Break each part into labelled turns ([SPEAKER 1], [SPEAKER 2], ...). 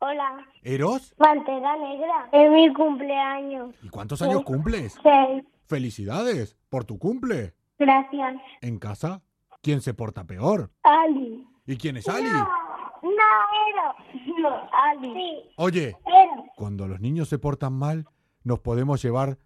[SPEAKER 1] Hola.
[SPEAKER 2] ¿Eros?
[SPEAKER 1] Pantera Negra. Es mi cumpleaños.
[SPEAKER 2] ¿Y cuántos años cumples?
[SPEAKER 1] Seis.
[SPEAKER 2] ¡Felicidades! Por tu cumple.
[SPEAKER 1] Gracias.
[SPEAKER 2] ¿En casa? ¿Quién se porta peor?
[SPEAKER 1] Ali.
[SPEAKER 2] ¿Y quién es Ali?
[SPEAKER 1] No, Ero. No, Ali. Sí,
[SPEAKER 2] Oye,
[SPEAKER 1] Ero.
[SPEAKER 2] cuando los niños se portan mal, nos podemos llevar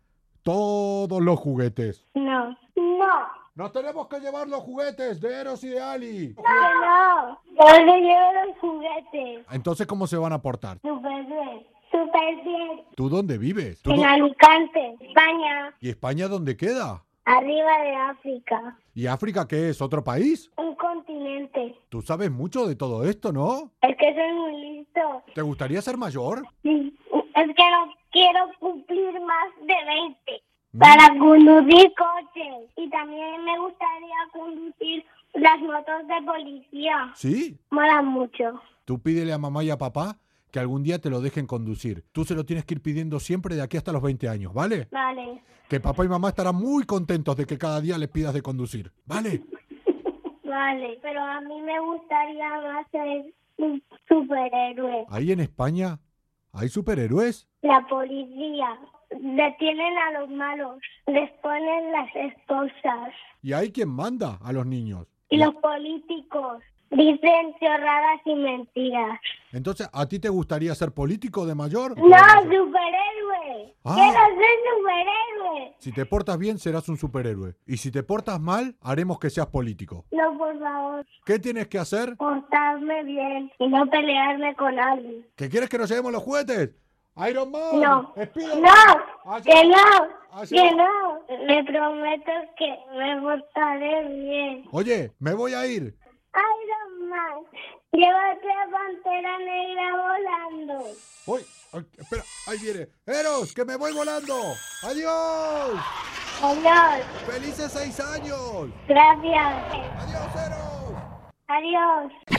[SPEAKER 2] todos los juguetes.
[SPEAKER 1] No. No.
[SPEAKER 2] Nos tenemos que llevar los juguetes de Eros y de Ali.
[SPEAKER 1] Que no. Yo le llevo los juguetes.
[SPEAKER 2] Entonces, ¿cómo se van a portar?
[SPEAKER 1] Súper bien. Súper bien.
[SPEAKER 2] ¿Tú dónde vives? ¿Tú
[SPEAKER 1] En
[SPEAKER 2] dó-
[SPEAKER 1] Alicante, España.
[SPEAKER 2] ¿Y España dónde queda?
[SPEAKER 1] Arriba de África.
[SPEAKER 2] ¿Y África qué es? ¿Otro país?
[SPEAKER 1] Un continente.
[SPEAKER 2] Tú sabes mucho de todo esto, ¿no?
[SPEAKER 1] Es que soy muy listo.
[SPEAKER 2] ¿Te gustaría ser mayor?
[SPEAKER 1] Sí. Es que no quiero cumplir más de 20 para conducir coches. Y también me gustaría conducir las motos de policía.
[SPEAKER 2] ¿Sí?
[SPEAKER 1] Mola mucho.
[SPEAKER 2] Tú pídele a mamá y a papá que algún día te lo dejen conducir. Tú se lo tienes que ir pidiendo siempre de aquí hasta los 20 años, ¿vale?
[SPEAKER 1] Vale.
[SPEAKER 2] Que papá y mamá estarán muy contentos de que cada día les pidas de conducir, ¿vale?
[SPEAKER 1] Vale. Pero a mí me gustaría más ser un superhéroe.
[SPEAKER 2] Ahí en España hay superhéroes.
[SPEAKER 1] La policía. Detienen a los malos. Les ponen las esposas.
[SPEAKER 2] Y hay quien manda a los niños.
[SPEAKER 1] Y los políticos dicen chorradas y mentiras.
[SPEAKER 2] Entonces, ¿a ti te gustaría ser político de mayor?
[SPEAKER 1] No, superhéroe.
[SPEAKER 2] pues, Ah.
[SPEAKER 1] Quiero ser superhéroe.
[SPEAKER 2] Si te portas bien, serás un superhéroe. Y si te portas mal, haremos que seas político.
[SPEAKER 1] No, por favor,
[SPEAKER 2] ¿Qué tienes que hacer?
[SPEAKER 1] portarme bien y no pelearme con alguien.
[SPEAKER 2] ¿Que quieres que nos llevemos los juguetes? Iron Man,
[SPEAKER 1] No,
[SPEAKER 2] Spiderman.
[SPEAKER 1] no,
[SPEAKER 2] Hace-
[SPEAKER 1] que no,
[SPEAKER 2] Así-
[SPEAKER 1] que no. Le prometo que me portaré bien.
[SPEAKER 2] Oye, me voy a ir.
[SPEAKER 1] Iron Man, llévate a Pantera Negra volando.
[SPEAKER 2] Uy, ay, espera, ahí viene. Eros, que me voy volando. Adiós.
[SPEAKER 1] Adiós,
[SPEAKER 2] Felices seis años.
[SPEAKER 1] gracias.
[SPEAKER 2] Adiós, Eros.
[SPEAKER 1] Adiós.